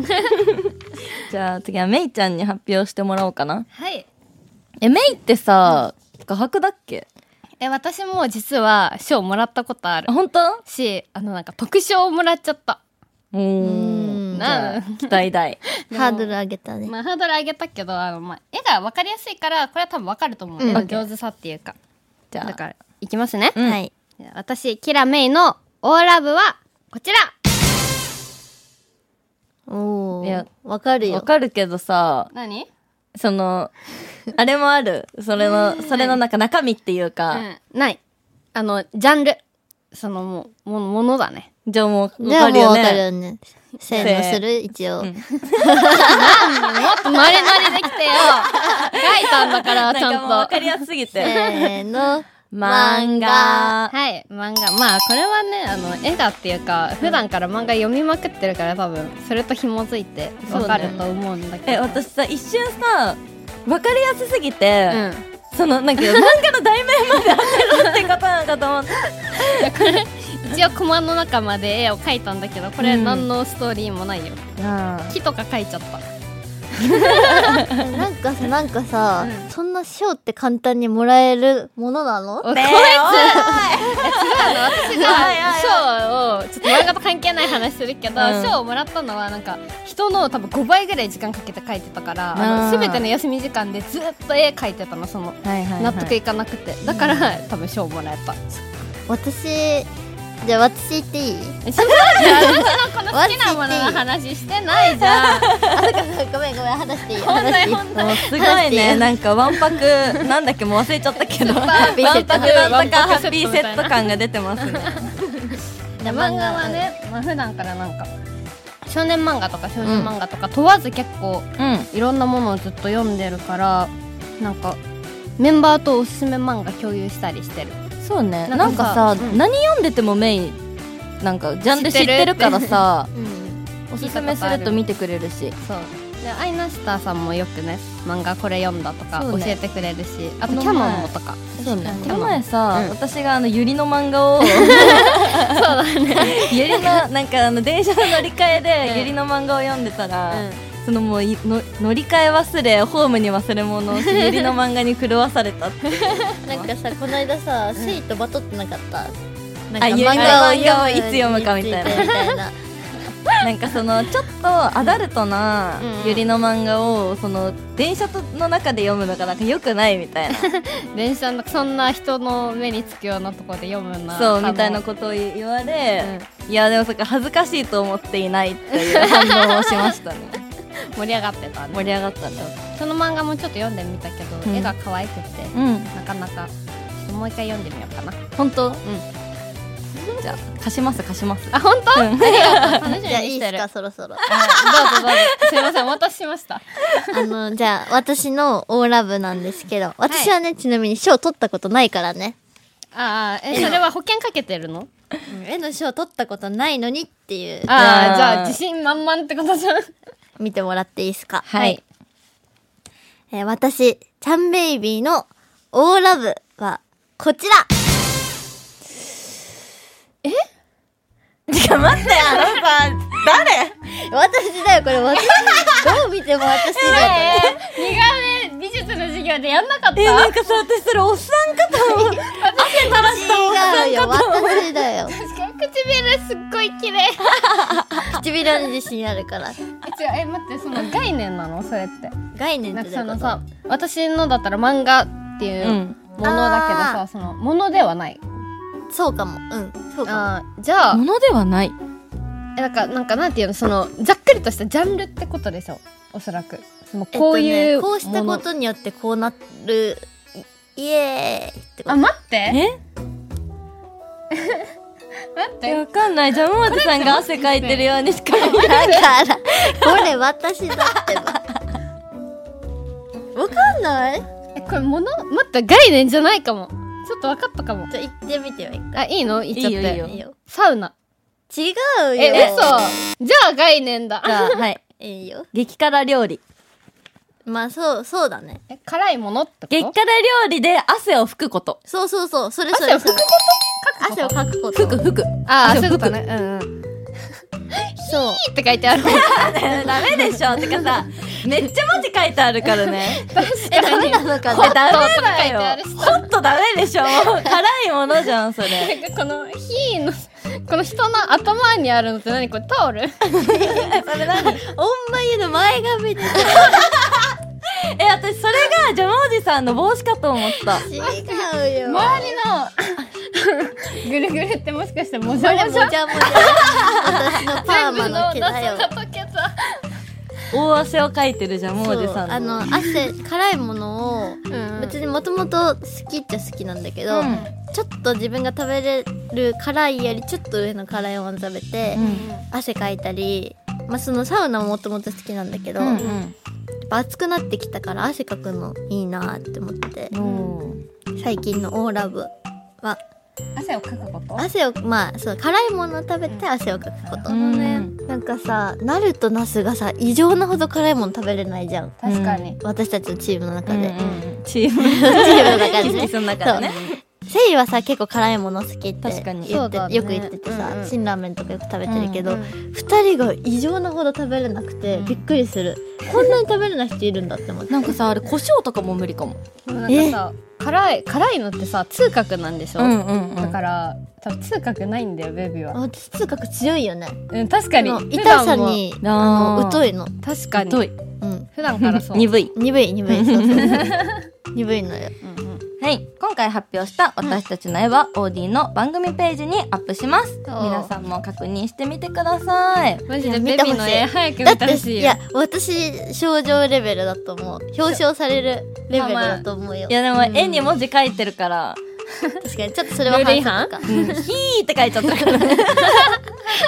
Speaker 1: じゃあ次はメイちゃんに発表してもらおうかな
Speaker 3: はい
Speaker 1: えメイってさ画伯だっけ
Speaker 3: え私も実は賞もらったことある
Speaker 1: あ本当
Speaker 3: しあのなんか特賞をもらっちゃった
Speaker 1: おー
Speaker 2: うん
Speaker 1: じゃ
Speaker 3: な
Speaker 1: あ
Speaker 3: ん
Speaker 1: 期待 大
Speaker 2: ハードル上げたね、
Speaker 3: まあハードル上げたけどあの、まあ、絵が分かりやすいからこれは多分分かると思う、
Speaker 2: うん
Speaker 3: まあ上手さっていうか
Speaker 1: じゃあ
Speaker 3: だからいきますね、
Speaker 1: うん
Speaker 2: はい
Speaker 3: じゃあ私キラメイの「オーラブ」はこちら
Speaker 2: おお
Speaker 1: いや
Speaker 2: 分かるよ
Speaker 1: わかるけどさ
Speaker 3: 何
Speaker 1: そのあれもあるそれのそれのなんか中身っていうか、
Speaker 3: うん、ないあのジャンルそのもうもものだね
Speaker 1: じゃあもう
Speaker 2: じゃ
Speaker 1: わか
Speaker 2: あ
Speaker 1: る
Speaker 2: もう
Speaker 1: よ
Speaker 2: 分かる
Speaker 1: ね
Speaker 2: よねせーのする一応、
Speaker 1: ん
Speaker 3: もっとノリノリでき てよ書いたんだからち
Speaker 1: なんかもう
Speaker 3: ゃ
Speaker 1: わ
Speaker 3: んと
Speaker 1: かりやすすぎ
Speaker 2: せ
Speaker 1: て
Speaker 2: ーの
Speaker 1: 漫画
Speaker 3: はい漫画まあこれはねあの絵画っていうか普段から漫画読みまくってるから多分それと紐づいてわかると思うんだけ
Speaker 1: え
Speaker 3: ど
Speaker 1: 私さ一瞬さわかりやすすぎて、
Speaker 3: うん
Speaker 1: そのなんか漫画の題名まで当てるってことなのかと思って
Speaker 3: 一応コマの中まで絵を描いたんだけどこれ
Speaker 1: うん
Speaker 3: 何のストーリーもないよ、木とか描いちゃ った
Speaker 2: えなんかさなんかさ、
Speaker 3: うん
Speaker 2: そんな賞って簡単にもらえるものなの
Speaker 3: お
Speaker 1: ねえ
Speaker 3: 私が賞をちょっと漫画と関係ない話するけど
Speaker 1: うん
Speaker 3: 賞をもらったのはなんか人の多分5倍ぐらい時間かけて描いてたからあ
Speaker 1: あ
Speaker 3: の
Speaker 1: ー
Speaker 3: 全ての休み時間でずっと絵描いてたのその
Speaker 1: おいはいはい
Speaker 3: 納得いかなくてだから多分賞もらえた
Speaker 2: 私じゃあ私言っていい
Speaker 3: えちょっと待って私のこの好きなものの話してないじゃ ん
Speaker 2: あそうかそうか ごめんごめん話していい 話していい
Speaker 1: でもすごいねなんかわんぱくなんだっけもう忘れちゃったけどわんぱく
Speaker 2: ピーセッ
Speaker 1: な
Speaker 2: ト
Speaker 1: んとかハッピーセット感が出てますね
Speaker 3: 漫画はね、まあ、普段からなんか少年漫画とか少女漫画とか問わず結構
Speaker 1: うん
Speaker 3: いろんなものをずっと読んでるからなんかメンバーとおすすめ漫画共有したりしてる
Speaker 1: そうね
Speaker 3: な
Speaker 1: なんん
Speaker 3: かさ
Speaker 1: かさ
Speaker 3: うん
Speaker 1: 何読んでてもメイなんかジャンル知ってるからさ
Speaker 2: うん
Speaker 1: おすすめすると見てくれるし
Speaker 3: そうでアイナスターさんもよくね漫画これ読んだとか
Speaker 1: そ
Speaker 3: 教
Speaker 1: うね
Speaker 3: えてくれるし、あと
Speaker 1: こ
Speaker 3: キ
Speaker 1: の前
Speaker 3: ャノンもとか
Speaker 1: そうね
Speaker 3: 確か
Speaker 1: こ
Speaker 3: に
Speaker 1: の前さ
Speaker 3: うん
Speaker 1: 私があのゆりの漫画を
Speaker 3: そうだね、
Speaker 1: ゆりのなんかあの電車の乗り換え
Speaker 3: うん
Speaker 1: でゆりの漫画を読んでたら
Speaker 3: うん
Speaker 1: そのもういの乗り換え忘れホームに忘れ物をしゆりの漫画に狂わされたって
Speaker 2: なんかさこの間さセイとバトってなかったなんか
Speaker 1: あ
Speaker 2: 漫
Speaker 1: ゆりの
Speaker 2: 画を
Speaker 1: 漫画を
Speaker 2: 読む
Speaker 1: いつ読むかみたいな
Speaker 2: につてみたいな
Speaker 1: なんかそのちょっとアダルトな
Speaker 3: うんうん
Speaker 1: ゆりの漫画をその電車との中で読むのがなんか良くないみたいな
Speaker 3: 電車のそんな人の目につくようなとこで読むな
Speaker 1: そうみたいな
Speaker 3: と
Speaker 1: ことを言われ、いやでもそっか恥ずかしいと思っていないっていう反応をしましたね
Speaker 3: 盛り上がってたね
Speaker 1: 盛り上がったね
Speaker 3: その漫画もちょっと読んでみたけど、
Speaker 1: うん
Speaker 3: 絵が可愛くて
Speaker 1: うん
Speaker 3: なかなかちょっともう一回読んでみようかな
Speaker 1: 本当うん
Speaker 3: ん
Speaker 1: じゃあ貸します貸します
Speaker 3: あ本当、
Speaker 1: うん
Speaker 3: 楽しみに
Speaker 2: じゃあい
Speaker 3: し
Speaker 2: い
Speaker 3: て
Speaker 2: っ
Speaker 3: る
Speaker 2: すかそろそろ
Speaker 3: どうぞどうぞすいませんお待たせしました
Speaker 2: あのじゃあ私のオーラブなんですけど私はね、ちなみに賞取ったことないからね
Speaker 3: ああえそれは保険かけてるの
Speaker 2: 絵の賞取ったことないのにっていう
Speaker 3: ああじゃあ
Speaker 1: うん
Speaker 3: 自信満々ってことじゃん
Speaker 2: 見てもらっていいですか
Speaker 1: はい、
Speaker 2: えー私チャンベイビーのオーラブはこちら
Speaker 1: ちょ待ってあのさ誰
Speaker 2: 私だよこれ私どう見ても私 だよ
Speaker 3: 苦め美術の授業でやんなかった
Speaker 1: えなんかさ私それおっさんかと思って汗垂らしたおっさ
Speaker 2: 違うんよ
Speaker 1: かと思って
Speaker 2: 私だよ
Speaker 3: 確かに唇すっごい綺麗
Speaker 2: 唇に自信あるから
Speaker 3: え違うえ待ってその概念なのそれって
Speaker 2: 概念
Speaker 3: な
Speaker 2: っ
Speaker 3: んか
Speaker 2: て
Speaker 3: そ
Speaker 2: どういうこ
Speaker 3: のさ私のだったら漫画っていううんものだけどさ、
Speaker 2: あ
Speaker 3: そのものではない
Speaker 2: とそうかもうんそうか
Speaker 3: あーじゃあ
Speaker 1: ものではない
Speaker 3: えなんかなんかなんていうのそのざっくりとしたジャンルってことでしょおそらくその
Speaker 2: も
Speaker 3: こう
Speaker 2: え
Speaker 3: い
Speaker 2: っと
Speaker 3: う
Speaker 2: ねこうした
Speaker 3: も
Speaker 2: こ
Speaker 3: の
Speaker 2: とによってこうなるイイエーイってこと
Speaker 3: あ待って
Speaker 1: え
Speaker 3: 待っ
Speaker 1: いや
Speaker 3: て
Speaker 1: わかんないじゃあ桃地さんが汗かいてるようにしか見えない
Speaker 2: だから、これ私だってば。 わかんない
Speaker 3: えこれもの待って概念じゃないかもちょっと分かったかも
Speaker 2: じゃ、行ってみてよ、一
Speaker 3: あいいの言っちゃって
Speaker 1: いいよい
Speaker 2: 回。い
Speaker 1: いよ
Speaker 2: いよ。
Speaker 3: サウナ
Speaker 2: 違うよ。
Speaker 3: え嘘じゃあ概念だ
Speaker 1: じゃあはい
Speaker 2: いいよ。
Speaker 1: 激辛料理
Speaker 2: まあそうそうだね
Speaker 3: え辛いものってこと
Speaker 1: 激辛料理で汗を拭くこと。
Speaker 2: そうそうそうそれそれそれ汗
Speaker 3: 汗
Speaker 2: を
Speaker 3: を
Speaker 2: かくこと
Speaker 1: 拭く拭く。
Speaker 3: ああ
Speaker 1: 汗を
Speaker 3: そういうこと
Speaker 1: 拭
Speaker 3: ねうんうん
Speaker 2: そう
Speaker 3: ピーって書いてある
Speaker 1: ダメでしょ。てかさ、めっちゃ文字書いてあるから ね。
Speaker 2: えダメなのか
Speaker 1: これ
Speaker 2: ね
Speaker 1: ダメ
Speaker 3: 書いてあ
Speaker 1: だ
Speaker 3: る
Speaker 1: よ
Speaker 3: し。
Speaker 1: ホットダメでしょ。辛いものじゃん、それ。
Speaker 3: この「火のこの人の頭にあるのって何これタオル
Speaker 1: それ何
Speaker 2: おんまゆの前髪で
Speaker 1: え、私それがジャムおじさんの帽子かと思った。
Speaker 2: 違うよ
Speaker 3: 周りのぐるぐるってもしかしてもじゃも
Speaker 2: も
Speaker 3: じ
Speaker 2: じ
Speaker 3: ゃ
Speaker 2: ゃもじゃ私 のパー
Speaker 3: 全部
Speaker 2: マの毛
Speaker 3: の出
Speaker 2: だよ
Speaker 3: が溶けた
Speaker 1: 大汗をかいてるジャムおじ
Speaker 2: そう
Speaker 1: さん
Speaker 2: あの汗辛いものを
Speaker 3: うん
Speaker 2: 別にもともと好きっちゃ好きなんだけど、
Speaker 1: うん
Speaker 2: ちょっと自分が食べれる辛いよりちょっと上の辛いもの食べて、
Speaker 1: うん
Speaker 2: 汗かいたり、まあ、そのサウナももともと好きなんだけど、
Speaker 1: う
Speaker 2: やっ
Speaker 1: ん
Speaker 2: ぱ暑くなってきたから汗かくのいいなって思って
Speaker 1: うんおー
Speaker 2: 最近のオーラブは
Speaker 3: 汗をかくこと
Speaker 2: 汗をまあそう辛いものを食べて汗をかくこと、
Speaker 1: うん
Speaker 2: なんかさナルとナスがさ異常なほど辛いもの食べれないじゃん
Speaker 3: 確かに
Speaker 2: 私たちのチームの中で、
Speaker 1: うんチーム
Speaker 2: チームの 中で
Speaker 1: キ
Speaker 2: ね
Speaker 1: キスの中でね
Speaker 2: セイはさ結構辛いもの好きって
Speaker 1: 確かに
Speaker 2: 言
Speaker 3: そ
Speaker 2: っ
Speaker 3: う
Speaker 2: て、
Speaker 3: だね
Speaker 2: よく言っててさ、
Speaker 3: うんうん
Speaker 2: 辛ラーメンとかよく食べてるけど、
Speaker 3: う
Speaker 2: 二
Speaker 3: ん
Speaker 2: 人が異常なほど食べれなくて
Speaker 1: うん
Speaker 2: びっくりする、こんなに食べれない人いるんだって思って
Speaker 1: なんかさあれ胡椒とかも無理かも
Speaker 3: でもなんかさ辛い辛いのってさ痛覚なんでしょ、
Speaker 1: うん
Speaker 3: だから多分痛覚ないんだよベビーは、
Speaker 2: 私痛覚強いよね
Speaker 3: うん、確かに
Speaker 2: あの痛さに
Speaker 1: 普段も
Speaker 2: あの
Speaker 1: あー
Speaker 2: 疎いの、
Speaker 3: 普段も確かに
Speaker 1: 太い
Speaker 2: うん、
Speaker 3: 普段からそう、
Speaker 1: 鈍い
Speaker 2: 鈍い鈍いそうそうそう 鈍いのよ
Speaker 3: うんうん
Speaker 1: はい今回発表した私たちの絵は OD の番組ページにアップします
Speaker 3: そう
Speaker 1: 皆さんも確認してみてください
Speaker 3: マジ
Speaker 2: いや
Speaker 3: で
Speaker 2: 見
Speaker 3: ベ
Speaker 2: て
Speaker 3: ビ
Speaker 2: ほしい
Speaker 3: ーの絵早く
Speaker 2: だっ
Speaker 3: 見てほ
Speaker 2: て
Speaker 3: し
Speaker 2: い
Speaker 3: いよ
Speaker 2: や私症状レベルだと思う表彰されるレベルだと思うよ
Speaker 1: いやでも絵に文字書いてるから
Speaker 2: 確かにちょっとそれは
Speaker 3: ルール違
Speaker 2: 反則か
Speaker 1: 「うん、ひー」って書いちゃったからね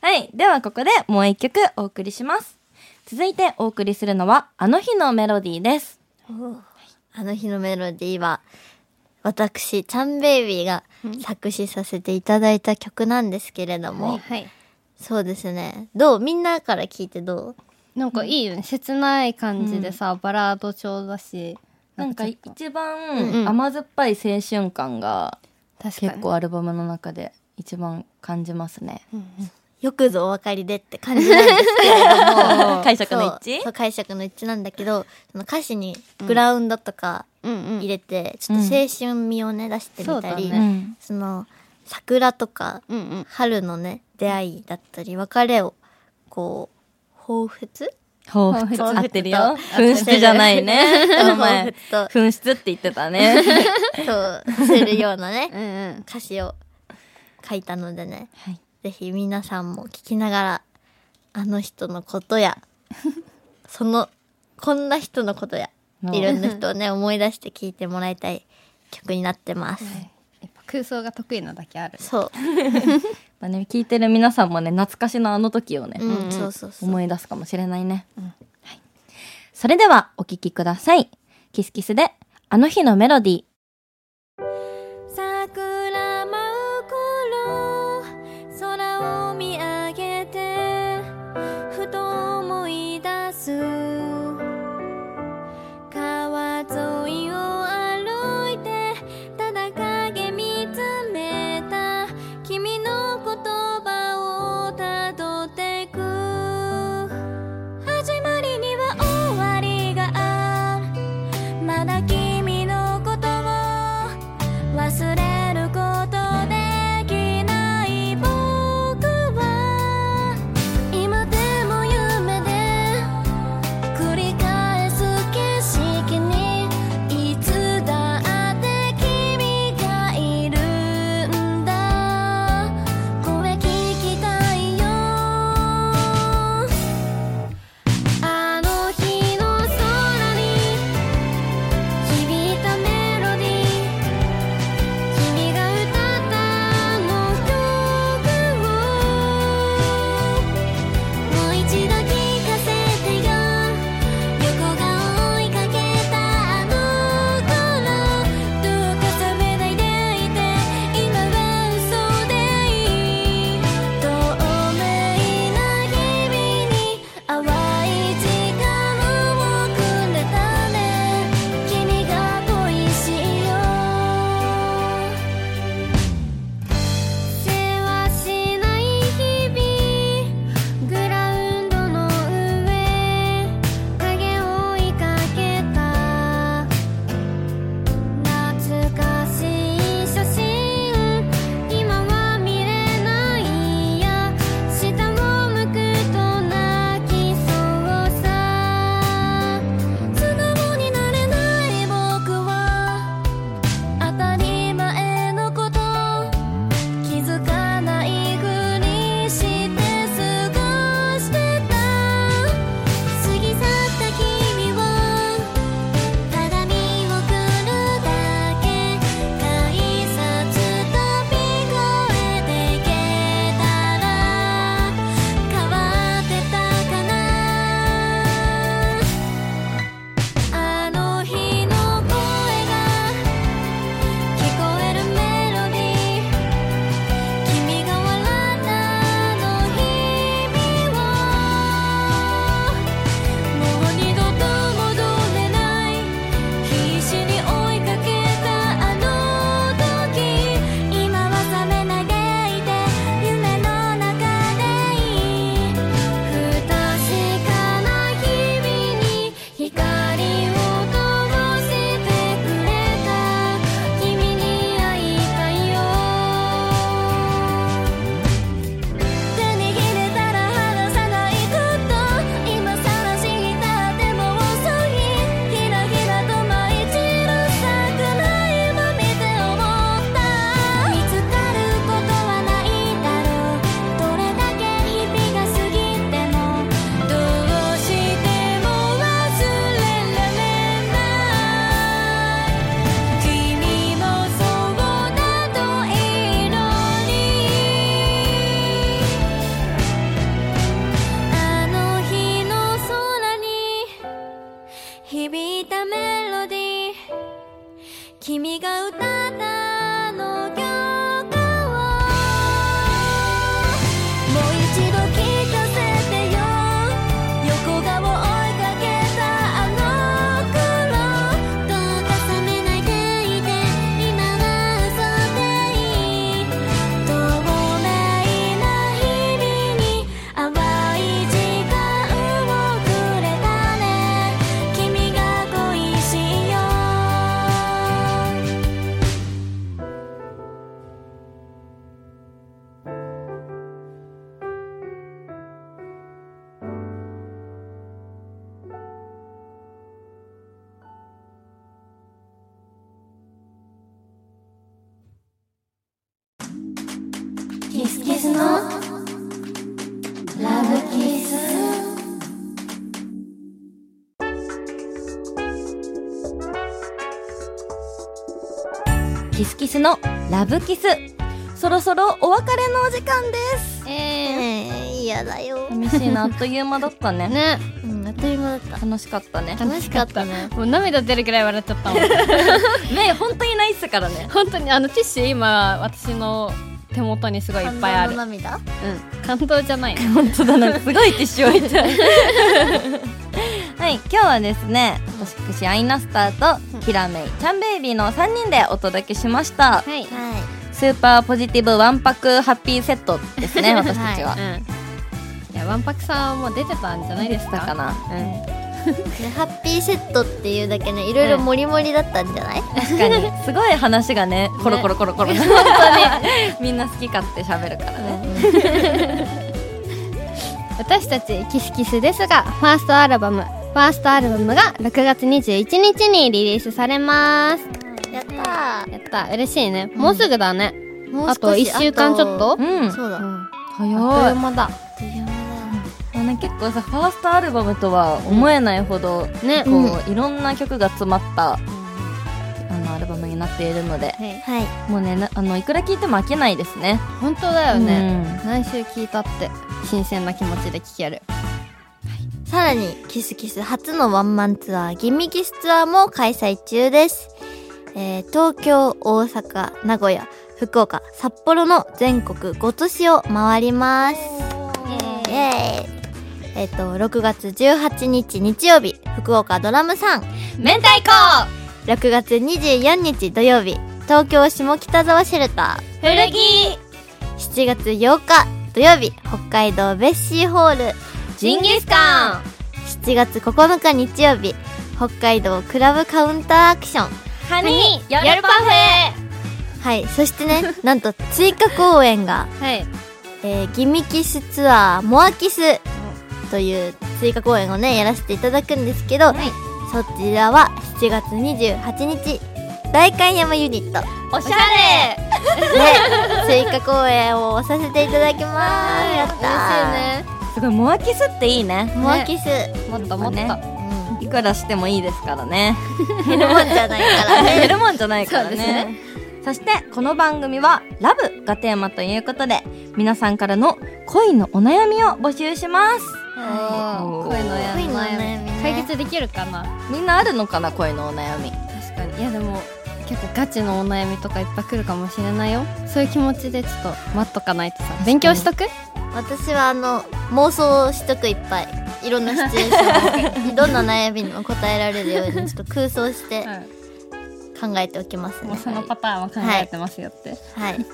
Speaker 1: はいではここでもう一曲お送りします続いてお送りするのは「あの日のメロディー」です
Speaker 2: あの日のメロディーは私チャンベイビーが作詞させていただいた曲なんですけれども、
Speaker 3: はい
Speaker 2: そうですねどうみんなから聞いてどう
Speaker 3: なんかいいよね切ない感じでさ、バラード調だし
Speaker 1: なんか
Speaker 3: ちょっと
Speaker 1: 一
Speaker 2: うん
Speaker 1: 番甘酸っぱい青春感が
Speaker 3: 確かに
Speaker 1: 結構アルバムの中で一番感じますね。
Speaker 2: よくぞお分かりでって感じなんですけれども
Speaker 1: 解釈の一
Speaker 2: そう
Speaker 1: 致
Speaker 2: そう解釈の一致なんだけどその歌詞にグラウンドとか
Speaker 3: うんうん
Speaker 2: 入れて、ちょっと青春味をね出してみたり、
Speaker 3: そう
Speaker 1: う
Speaker 3: だね
Speaker 1: ん
Speaker 2: その桜とか
Speaker 3: うんうん
Speaker 2: 春のね出会いだったり別れをこう彷彿
Speaker 1: 彷
Speaker 3: 彷
Speaker 1: 彿合
Speaker 3: 彿
Speaker 1: ってるよ
Speaker 2: 合っ。
Speaker 1: 紛失じゃな いね。この前
Speaker 2: そう
Speaker 1: 紛失って言ってたね。
Speaker 2: そうするような
Speaker 3: う
Speaker 2: ね
Speaker 3: んうん
Speaker 2: 歌詞を書いたのでね
Speaker 1: はい
Speaker 2: ぜひ皆さんも聞きながらあの人のことやそのこんな人のことや
Speaker 1: う ん
Speaker 2: いろんな人をね思い出して聞いてもらいたい曲になってます。
Speaker 3: やっぱ空想が得意なだけある
Speaker 2: そ
Speaker 1: まあね聞いてる皆さんもね懐かしのあの時をね、
Speaker 2: う、うん、そうそうそう。
Speaker 1: 思い出すかもしれないね。はい。それではお聞きください。キスキスであの日のメロディー。
Speaker 4: 桜舞う頃空を見上げてふと思い出す川沿いを歩いてただ影見つめた君の言葉をたどってく始まりには終わりがあるまだ君のことをスのラブキス
Speaker 1: キスキスのラブキスそろそろお別れのお時間ですえ
Speaker 2: えー、嫌だよ。
Speaker 1: 寂しいなあっという間だっ たね
Speaker 3: ね
Speaker 2: うん、あっという間だった。
Speaker 1: 楽しかったね
Speaker 2: 楽しかったね。
Speaker 3: もう涙出るくらい笑っちゃったもん
Speaker 1: 目本当にないっすからね
Speaker 3: 本当にあのティッシュ今私の手元にすごいいっぱいあ
Speaker 2: 感動
Speaker 3: る
Speaker 2: の涙
Speaker 3: うん感動じゃないね
Speaker 1: 本当だ なんかすごいティッシュ置いてあるはい今日はですね私私アイナスターとキラメイちゃんベイビーの3人でお届けしました
Speaker 3: はい
Speaker 2: はい。
Speaker 1: スーパーポジティブワンパクハッピーセットです ね私たちは、
Speaker 3: うんいやわんぱくさんも出てたんじゃないですか
Speaker 1: だかな
Speaker 3: うん
Speaker 2: ねハッピーセットっていうだけね、いろいろ
Speaker 3: うん
Speaker 2: モリモリだったんじゃない、
Speaker 1: 確か にすごい話がねコロコロコロコロ、 本当にみんな好き勝手喋るからね、
Speaker 3: 私たちキスキスですがファーストアルバムファーストアルバムが6月21日にリリースされます
Speaker 2: やった
Speaker 3: やった嬉しいねもうすぐだね、
Speaker 2: ー。もう
Speaker 3: あと1週間ちょっと
Speaker 1: うん
Speaker 2: そうだ。あっ
Speaker 3: あっと
Speaker 1: 早
Speaker 3: いう
Speaker 1: い
Speaker 3: 間だ
Speaker 2: という間
Speaker 1: あの結構さファーストアルバムとは思えないほど、
Speaker 3: ね
Speaker 1: こう、いろんな曲が詰まったあのアルバムになっているので
Speaker 2: だ。はい。
Speaker 1: もうねなあのいくら聴いても飽きないですね
Speaker 3: 本当だよね、
Speaker 1: うん
Speaker 3: 何週聞いたって新鮮な気持ちで聞ける
Speaker 2: さらに、キスキス初のワンマンツアー、ギミキスツアーも開催中です。えー東京、大阪、名古屋、福岡、札幌の全国5都市を回ります。イエーイえっ、と、6月18日日曜日、福岡ドラムさん。
Speaker 1: 明太子
Speaker 2: 6月24日土曜日、東京下北沢シェルタ
Speaker 1: 古着
Speaker 2: ー。7月8日土曜日、北海道ベッシーホール。
Speaker 1: ジンギスカン
Speaker 2: 7月9日日曜日北海道クラブカウンターアクション
Speaker 1: カニ夜パフェ
Speaker 2: はいそしてねなんと追加公演が、
Speaker 3: はい
Speaker 2: えーギミキスツアーモアキスという追加公演をねやらせていただくんですけど、そちらは7月28日代官山ユニット
Speaker 1: おしゃれ
Speaker 2: で追加公演をさせていただきますやったー
Speaker 3: 嬉し
Speaker 1: すごいモアキスっていいね
Speaker 2: モアキス、
Speaker 3: いねもっともっと、
Speaker 1: やっぱ
Speaker 2: う
Speaker 1: いくらしてもいいですからね
Speaker 2: ん、減るもんじゃないから ね
Speaker 1: 減るもんじゃないからね
Speaker 3: そうですね
Speaker 1: そしてこの番組は「ラブ」がテーマということで皆さんからの恋のお悩みを募集します
Speaker 3: おー声のや
Speaker 2: 恋の悩みね
Speaker 3: 解決できるかな
Speaker 1: みんなあるのかな恋のお悩み
Speaker 3: 確かにいやでも結構ガチのお悩みとかいっぱい来るかもしれないよそういう気持ちでちょっと待っとかないとさ勉強しとく
Speaker 2: 私はあの妄想しとくいっぱいいろんなシチュエーシ ョンどんな悩みにも答えられるようにちょっと空想して考えておきますね
Speaker 3: もうそのパターンは考えてますよって、
Speaker 2: はい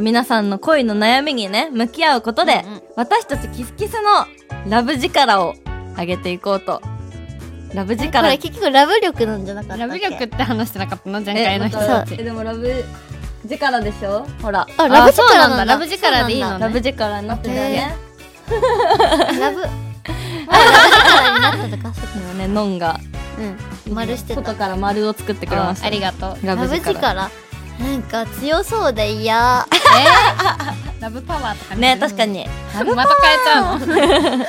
Speaker 1: 皆さんの恋の悩みにね向き合うことで、
Speaker 3: うんうん
Speaker 1: 私たちキスキスのラブ力を上げていこうとラブ
Speaker 2: こ
Speaker 1: 力
Speaker 2: れ結局ラブ力なんじゃなかった
Speaker 3: ラ
Speaker 2: っ
Speaker 3: ブ
Speaker 2: け
Speaker 3: 力って話してなかったの前回の人
Speaker 2: そう
Speaker 3: たち
Speaker 1: えでもラブ力でしょほら
Speaker 2: あラブ
Speaker 3: そう
Speaker 2: 力な
Speaker 3: な
Speaker 2: ん
Speaker 3: ん
Speaker 2: だ
Speaker 3: だラブ力でいい
Speaker 1: ラ
Speaker 3: のね
Speaker 1: ブ力になってるよね
Speaker 2: ラ ブラブ力になったとかそっか
Speaker 1: 今ねノンが
Speaker 2: 丸してた
Speaker 1: 外から丸を作ってくれました
Speaker 3: ありがとう
Speaker 1: ラ
Speaker 2: ラ
Speaker 1: ブ
Speaker 2: ブ
Speaker 1: 力
Speaker 2: 力なんか強そうで嫌
Speaker 3: ラブパワーとか
Speaker 1: ね確かに
Speaker 3: また変えちゃうの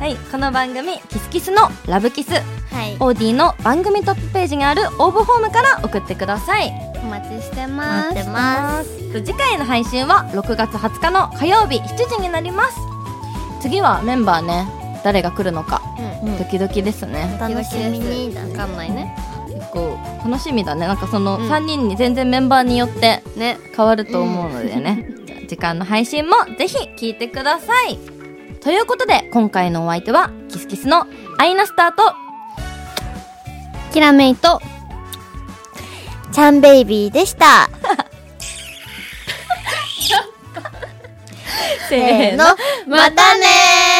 Speaker 1: はいこの番組「キスキスのラブキス
Speaker 2: はい」
Speaker 1: オーディの番組トップページにある応募フォームから送ってください
Speaker 3: お待ちして
Speaker 2: 待ってます
Speaker 1: 次回の配信は6月20日の火曜日7時になります次はメンバーね誰が来るのか
Speaker 2: うん
Speaker 1: ドキドキですね
Speaker 2: お楽しみにだ
Speaker 3: わ
Speaker 2: ね
Speaker 3: かんないね
Speaker 1: 結構楽しみだねなんかその
Speaker 3: うん
Speaker 1: 3人に全然メンバーによって
Speaker 3: ね
Speaker 1: 変わると思うの でね、じゃあ時間の配信もぜひ聞いてくださいということで今回のお相手はキスキスのアイナスターと
Speaker 3: キラメイと
Speaker 2: ちゃんベイビーでした
Speaker 1: せ
Speaker 2: せーのまたねー